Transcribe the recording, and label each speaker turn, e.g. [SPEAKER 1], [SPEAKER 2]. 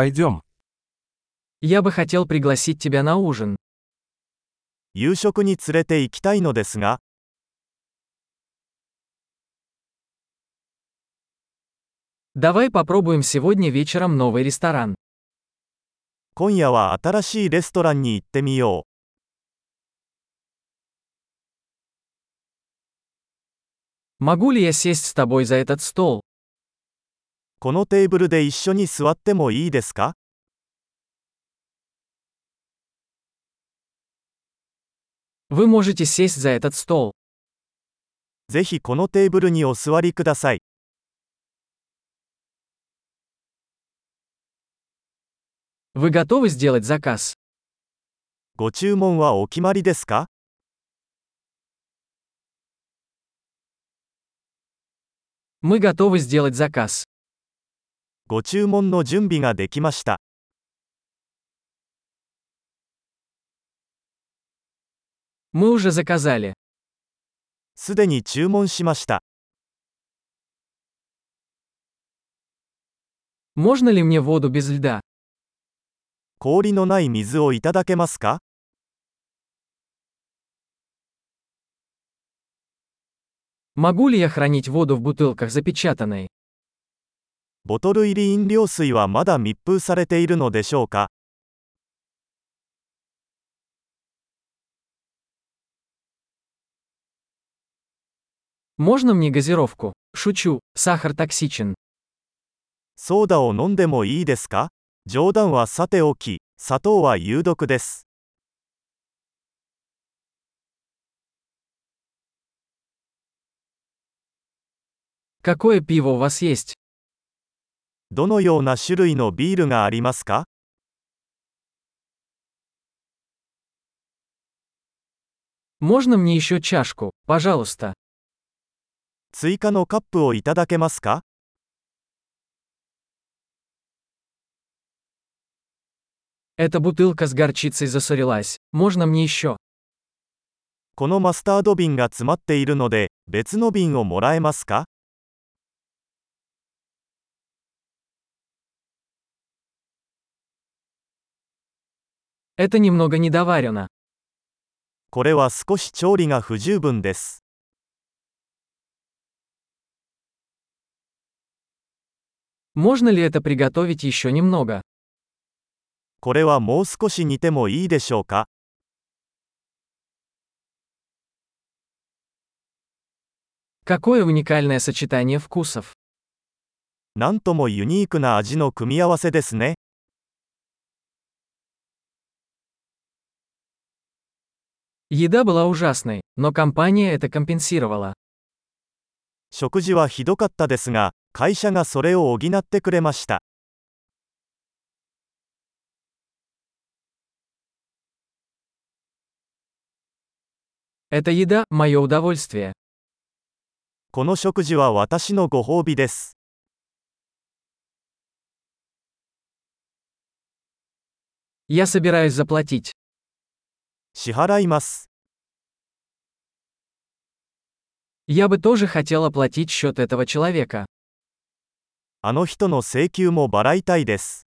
[SPEAKER 1] Пойдем.
[SPEAKER 2] Я бы хотел пригласить тебя на ужин.
[SPEAKER 3] 夕食に連れて行きたいのですが
[SPEAKER 2] Давай попробуем сегодня вечером новый ресторан.
[SPEAKER 3] 今夜は新しいレストランに行ってみよ
[SPEAKER 2] Могу ли я сесть с тобой за этот стол?
[SPEAKER 3] うこのテーブルで一緒に座ってもいいですか
[SPEAKER 2] Вы можете сесть за этот стол.
[SPEAKER 3] ぜひこのテーブルにお座りください
[SPEAKER 2] Вы готовы сделать заказ?
[SPEAKER 3] ご注文はお決まりですか
[SPEAKER 2] Мы готовы сделать заказ.
[SPEAKER 3] ご注文の準備ができました
[SPEAKER 2] Мы уже заказали.
[SPEAKER 3] すでに注文しました
[SPEAKER 2] Можно ли мне воду без льда?
[SPEAKER 3] 氷のない水をいただけますか
[SPEAKER 2] Могу ли я хранить воду в бутылках запечатанной?
[SPEAKER 3] ボトル入り飲料水はまだ密封されているのでしょうか
[SPEAKER 2] Можно мне газировку? Шучу, сахар токсичен.
[SPEAKER 3] ソーダを飲んでもいいですか冗談はさておき砂糖は有毒です
[SPEAKER 2] Какое пиво у вас есть?
[SPEAKER 3] どのような種類のビールがありますか
[SPEAKER 2] Можно мне еще чашку, пожалуйста?
[SPEAKER 3] 追加のカップをいただけますか
[SPEAKER 2] Эта бутылка с горчицей засорилась. Можно мне еще?
[SPEAKER 3] このマスタード瓶が詰まっているので別の瓶をもらえますか
[SPEAKER 2] Это немного недоварено.
[SPEAKER 3] これは少し調理が不十分です
[SPEAKER 2] Можно ли это приготовить еще немного?
[SPEAKER 3] これはもう少し煮てもいいでしょうか
[SPEAKER 2] Какое уникальное сочетание вкусов.
[SPEAKER 3] なんともユニークな味の組み合わせですね
[SPEAKER 2] Еда была ужасной, но компания это компенсировала.
[SPEAKER 3] 食事はひどかったですが会社がそれを補ってくれました
[SPEAKER 2] Эта еда – мое удовольствие.
[SPEAKER 3] この食事は私のご褒美です
[SPEAKER 2] Я собираюсь заплатить.
[SPEAKER 3] 支払います
[SPEAKER 2] Я бы тоже хотел оплатить счет этого человека.
[SPEAKER 3] あの人の請求も払いたいです